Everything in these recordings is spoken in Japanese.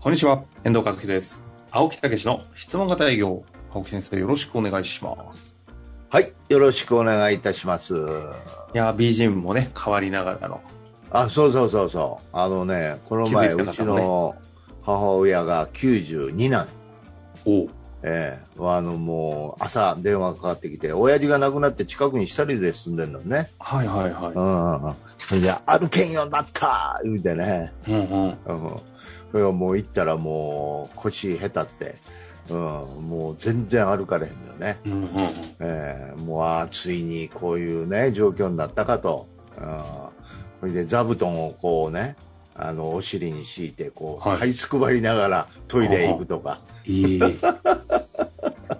こんにちは、遠藤和樹です。青木武の質問型営業。青木先生、よろしくお願いします。はい、よろしくお願いいたします。いやー、BGM もね、変わりながらの。あ、そうそうそうそう。あのね、この前、気づいてなうかっちたのねの母親が92なん。おうええあの、もう、朝電話かかってきて、親父が亡くなって近くに一人で住んでるのね。はいはいはうんうんうん。それで、歩けんようになった言うてね。い。うんうん。うん。それがもう行ったらもう、腰へたって、うん、もう全然歩かれへんのよね。うんうんうん。えーもうあーついにこういうね状況になったかと、うん、それで座布団をこうねあのお尻に敷いてこう、はいはいつくばりながらトイレへ行くとかい い。ま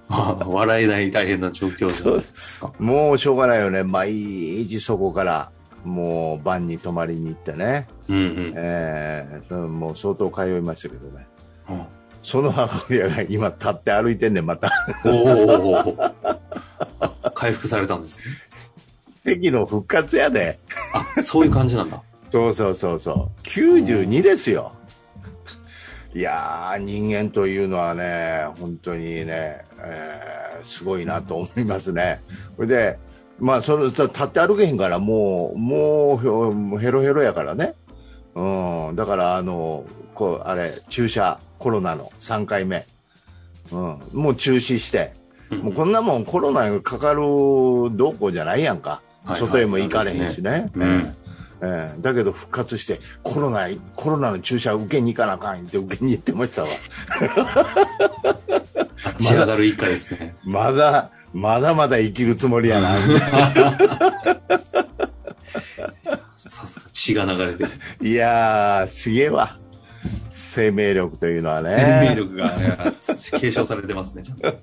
あ、笑えない大変な状況じゃないですか。もうしょうがないよね毎日そこからもう晩に泊まりに行ってね、うんうんえーうんもう相当通いましたけどねうん。その母親が今立って歩いてんねんまたおおー。回復されたんですね。席の復活やであ、そういう感じ なんだ。そうそうそうそう。92ですよ。いやー、人間というのはね、本当にね、えーすごいなと思いますね。それで、まあ、その、そ立って歩けへんから、もう、もうひょ、ヘロヘロやからね。うん。だから、あの、こう、あれ、注射、コロナの3回目。うん。もう中止して。うんもうこんなもんコロナにかかるどうこうじゃないやんか。はいはい外へも行かれへんしね。そうですねええええだけど復活して、コロナ、コロナの注射受けに行かなあかんって受けに行ってましたわ。血がだる一家ですね。まだ、まだまだ生きるつもりや な。さすが血が流れてる。いやー、すげえわ。生命力というのは生命ね。力が継承されてますね、ちゃんと。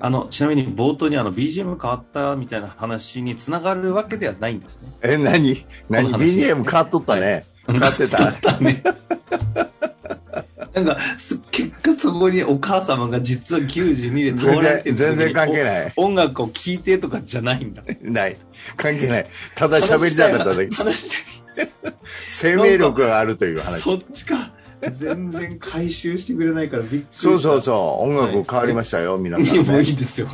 あの、ちなみに冒頭にあの BGM 変わったみたいな話につながるわけではないんですね。え、何何この話 ?BGM 変わっとったね。変わってた。なんか、す結果そこにお母様が実は92で通全られて然、る時に全然関係ない。お音楽を聴いてとかじゃないんだ。 ない。関係ない。ただ喋りたかっただけ。話したい生命力があるという話。そっちか。全然回収してくれないからびっくりした。そうそうそう、音楽変わりましたよ、皆いさやん、もういね。いですよ。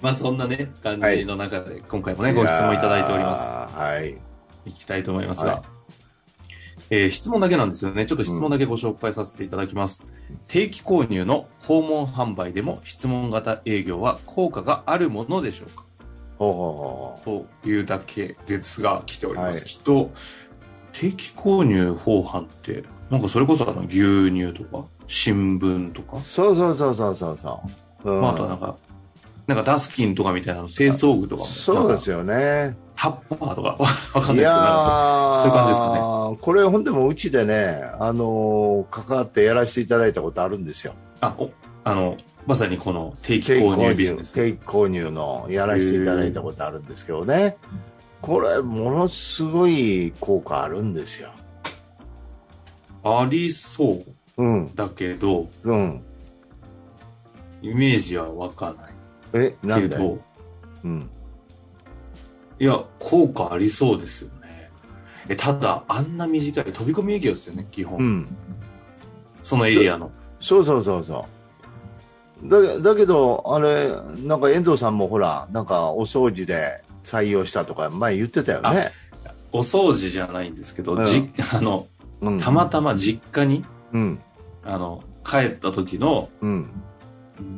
まあそんなね、感じの中で、今回もね、ご質問いただいております。す。はい。いきたいと思いますが、はいえー質問だけなんですよね。ちょっと質問だけご紹介させていただきます。定期購入の訪問販売でも質問型営業は効果があるものでしょうかほうほというだけですが、来ております。はいきっと、定期購入法販って、なんかそれこそあの牛乳とか、新聞とかうほう。、そうそうそうそうそうそう。うんまあ、あとはなんか、なんかダスキンとかみたいなの、清掃具とかも、そうですよ。よね。タッパーとか、わわかんないいですけど、やなんかーそういう感じですこれ、ほんでもうちでね、あのー関わってやらせていただいたことあるんですよ。そうあ、お、あの、まさにこの定期定期購入購ビジ入ネ、ス。定期購入のやらせていただいたことあるんですけどね。これ、ものすごい効果あるんですよ。ありそううん、だけど、うん。イメージはわかんないえ、なけんでど、うん。いや、効果ありそうですよね。え、ただ、あんな短い、飛び込み営業ですよね、基本。うん。そのエリアの。そうそうそうそう。だだけど、あれ、なんか遠藤さんもほら、なんかお掃除で採用したとか前言ってたよね。お掃除じゃないんですけど、うんじ、 あの、うん、たまたま実家に、うん、あの、帰った時のうん、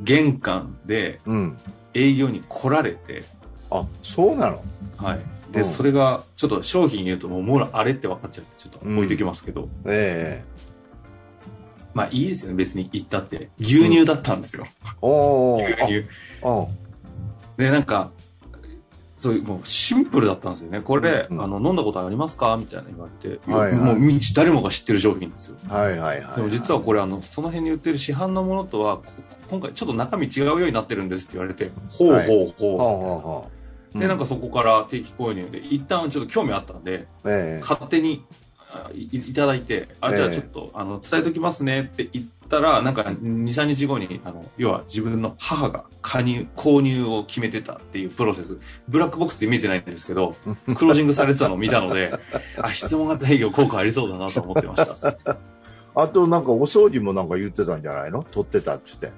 玄関で、うん。営業に来られて、あ、そうなのはい。で、うんそれが、ちょっと商品言うともう、もうあれって分かっちゃって、ちょっと置いときますけど、えまあいいですよね、別に行ったって。牛乳だったんですよ。えおー牛乳あおで、なんか、そういう、もうシンプルだったんですよね。これ、うんあの、飲んだことありますかみたいな言われて、はいはもいう、道誰もが知ってる商品ですよ。あ、はいはいはい。でも実はこれ、あの、その辺に売ってる市販のものとは、こ今回ちょっと中身違うようになってるんですって言われて、ほうはいほうほう。はあ、はあはあ、で、なんか、かそこから定期購入で、一旦ちょっと興味あったんで、ええ勝手に、あいいただいて、あ、じゃあちょっと、あの、伝えときますねって言ったら、なんか2、3日後に、あの、要は自分の母が加入、購入を決めてたっていうプロセス、ブラックボックスで見えてないんですけ ど、クロージングされてたのを見たので、あ、質問型営業効果ありそうだなと思ってました。あとなんかお掃除もなんか言ってたんじゃないの取ってたっつって。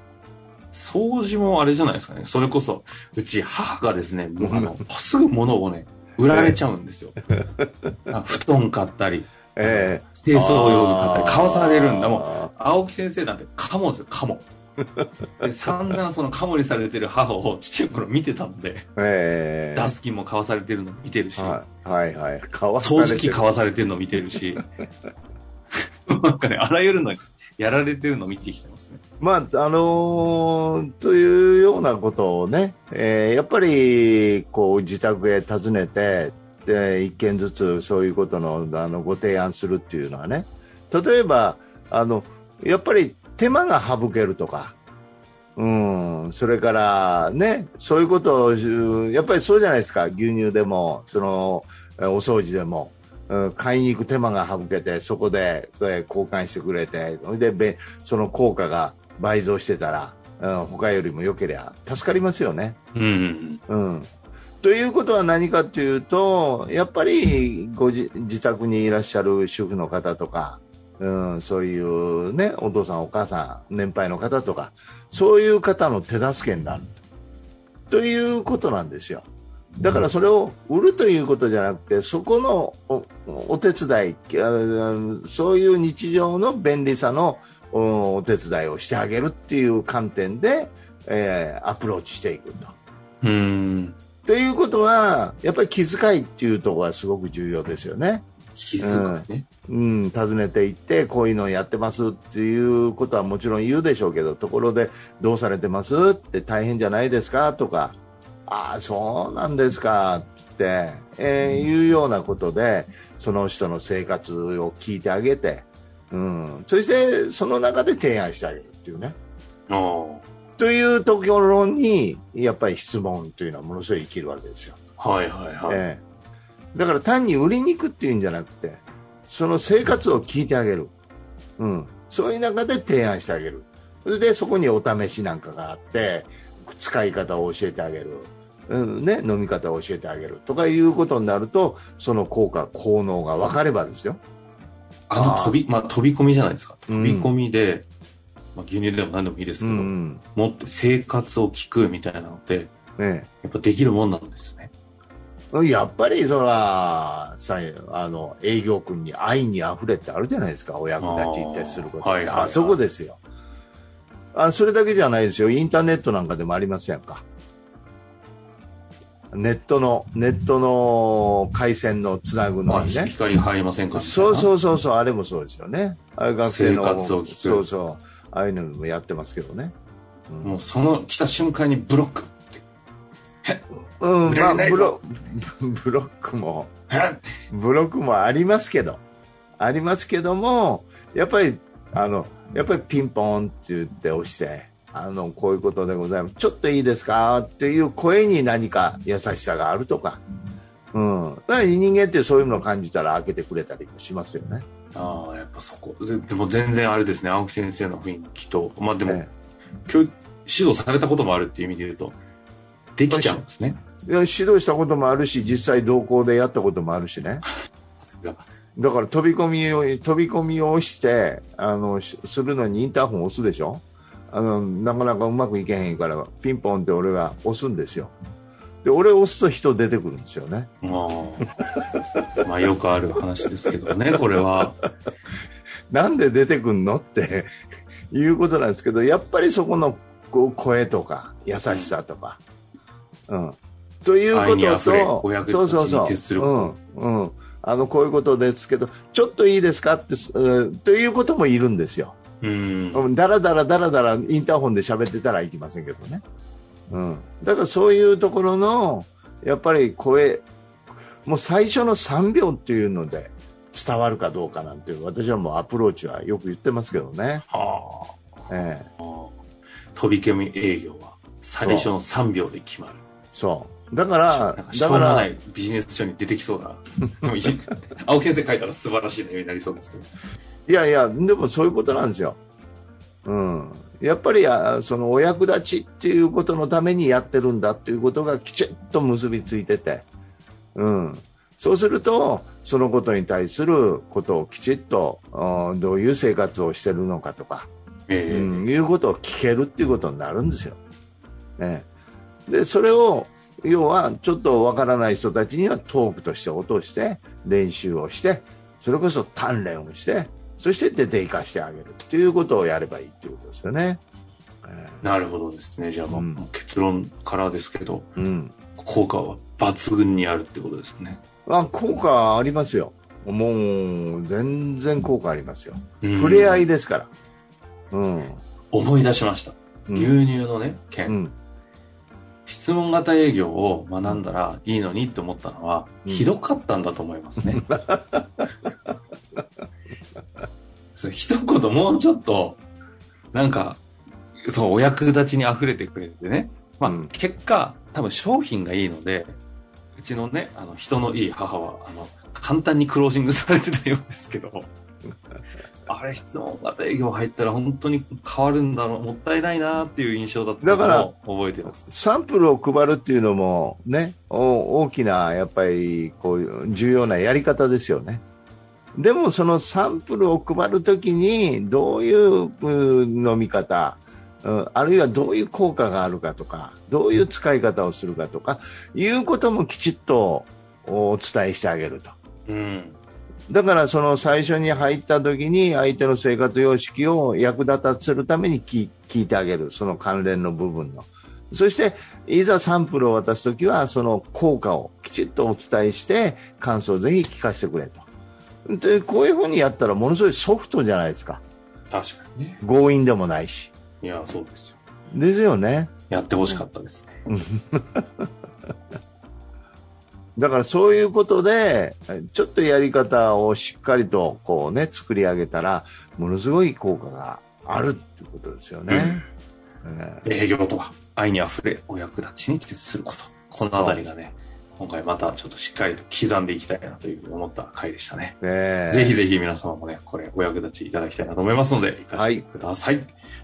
掃除もあれじゃないですかね。それこそ、うち母がですね、もうあの、すぐ物をね、売られちゃうん ですよ。あ布団買ったり、え清え掃用具買ったり、買わされるんだもん。ん。青木先生なんてカモですよ、カモ。で散々そのカモにされてる母をちっちゃい頃見てたので、ええダスキンも買わされてるの見てるし、はいはいはい。買わさ掃れて除機買わされてるの見てるし、なんかね、あらゆるのにやられてるの見てきてますね。まあ、あのーというようなことをね、えーやっぱり、こう、自宅へ訪ねて、で、一件ずつそういうことの、あの、ご提案するっていうのはね、例えば、あの、やっぱり手間が省けるとか、うん、それから、ね、そういうことを、うんやっぱりそうじゃないですか、牛乳でも、その、えーお掃除でも。うん買いに行く手間が省けて、そこで、えー交換してくれて、それで、べその効果が倍増してたら、うん、他よりも良ければ助かりますよね。うん。うん。ということは何かというと、やっぱりごじ自宅にいらっしゃる主婦の方とか、うん、そういうね、お父さんお母さん、年配の方とか、そういう方の手助けになる。ということなんですよ。だからそれを売るということじゃなくて、そこのおお手伝いあー、そういう日常の便利さのおお手伝いをしてあげるっていう観点で、えーアプローチしていくと。うん。ということは、やっぱり気遣いっていうところがすごく重要ですよね。気づくね。うん、訪ねて行って、こういうのをやってますっていうことはもちろん言うでしょうけど、ところで、どうされてますって大変じゃないですかとか、ああ、そうなんですかって、えーいうようなことで、その人の生活を聞いてあげて、うん、そしてその中で提案してあげるっていうね。あーというところに、やっぱり質問というのはものすごい生きるわけですよ。はいはいはい。ええ、だから単に売りに行くっていうんじゃなくてその生活を聞いてあげる、うん、そういう中で提案してあげるそれでそこにお試しなんかがあって使い方を教えてあげる、うんね、飲み方を教えてあげるとかいうことになるとその効果効能が分かればですよ、あの飛び、まあ飛び込みじゃないですか。う飛んび込みで、まあ牛乳でも何でもいいですけうど、ん持って生活を聞くみたいなのって、ね、やっぱできるもんなんですね。やっぱりそらさあの営業君に愛にあふれってあるじゃないですかお役立ちってすることってあーはいはいはいあそこですよあそれだけじゃないですよインターネットなんかでもありませんかネットのネットの回線のつなぐまのあ、にね光入りませんかそうう。そうそうそうあれもそうですよねあれ学生の生活を聞くそうそうああいうのもやってますけどねうんもうその来た瞬間にブロックって。うん、売まらあ、れないブロぞ、ブロックもえ、ブロックもありますけど、ありますけども、やっぱり、あの、やっぱりピンポンって言って押して、あの、こういうことでございます。ちょっといいですかっていう声に何か優しさがあるとか。うん。だから人間ってそういうのを感じたら開けてくれたりもしますよね。ああ、やっぱそこ。ででも全然あれですね、青木先生の雰囲気と、まあでも、え教育、指導されたこともあるっていう意味で言うと、できちゃうんですね。えいや指導したこともあるし、実際同行でやったこともあるしね。だから飛び込みを、飛び込みをして、あの、しするのにインターホンを押すでしょあの、なかなかうまくいけへんから、ピンポンって俺が押すんですよ。で、俺押すと人出てくるんですよね。まあ、 まあよくある話ですけどね、これは。なんで出てくんのって いうことなんですけど、やっぱりそこのこう声とか、優しさとか、うん。という愛にこ溢れおと役と、立ちにそうそう徹するそうこ、うん、うん。あの、こういうことですけど、ちょっといいですかってす、うんということもいるんですよ。うん。うんだらだらだらだらインターホンで喋ってたらいきませんけどね。うん。だからそういうところの、やっぱり声、もう最初の3秒っていうので伝わるかどうかなんていう、私はもうアプローチはよく言ってますけどね。はあ。ええ飛び込み営業は最初の3秒で決まる。そう。だかならんか、しょだうもかなら、いビジネス書に出てきそうな。でもいい青木先生書いたら素晴らしい内容になりそうですけど。いやいや、でもそういうことなんですよ。うん。やっぱり、あそのお役立ちっていうことのためにやってるんだっていうことがきちっと結びついてて、うん。そうすると、そのことに対することをきちっと、うんどういう生活をしてるのかとか、ええうん、いうことを聞けるっていうことになるんですよ。ね、でそれを要はちょっとわからない人たちにはトークとして落として練習をしてそれこそ鍛錬をしてそして出て生かしてあげるっていうことをやればいいっていうことですよね。えなるほどですね。じゃあ、まあうんもう結論からですけど、ーうん効果は抜群にあるってことですね。まあ、効果ありますよ。もう全然効果ありますよ。うん触れ合いですから。うん。思い出しました。うん牛乳のね、う件、ん。質問型営業を学んだらいいのにって思ったのは、うんひどかったんだと思いますね。 そう一言もうちょっと、なんか、そう、お役立ちに溢れてくれてね。まあ、うん結果、多分商品がいいので、うちのね、あの、人のいい母は、あの、簡単にクロージングされてたようですけど、 あれ質問型営業入ったら本当に変わるんだろう、もったいないなっていう印象だったのだからを覚えてます。サンプルを配るっていうのもね、お大きな、やっぱり、こう、重要なやり方ですよね。でも、そのサンプルを配るときに、どういうう飲み方、うんあるいはどういう効果があるかとか、どういう使い方をするかとか、いうこともきちっとおお伝えしてあげると。うん。だからその最初に入った時に相手の生活様式を役立たせるために聞聞いてあげる、その関連の部分の。そして、いざサンプルを渡すときは、その効果をきちっとお伝えして、感想をぜひ聞かせてくれと。で、こういうふうにやったらものすごいソフトじゃないですか。確かにね。強引でもないし。いや、そうですよ。ですよね。やってほしかったですね。だからそういうことで、ちょっとやり方をしっかりとこうね、作り上げたら、ものすごい効果があるっていうことですよね。ええ営業とは愛にあふれお役立ちに徹することこのあたりがね今回またちょっとしっかりと刻んでいきたいなというふうに思った回でしたね、ねえぜひぜひ皆様もねこれお役立ちいただきたいなと思いますので活かしてください、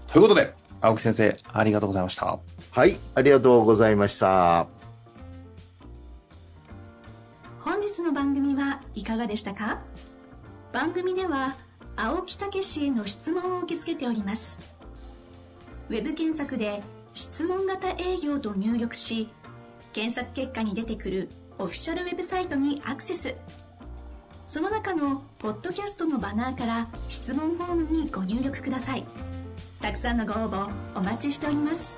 ということで青木先生ありがとうございましたはい、ありがとうございました。本日の番組はいかがでしたか番組では青木武氏への質問を受け付けておりますウェブ検索で「質問型営業」と入力し検索結果に出てくるオフィシャルウェブサイトにアクセスその中のポッドキャストのバナーから質問フォームにご入力くださいたくさんのご応募お待ちしております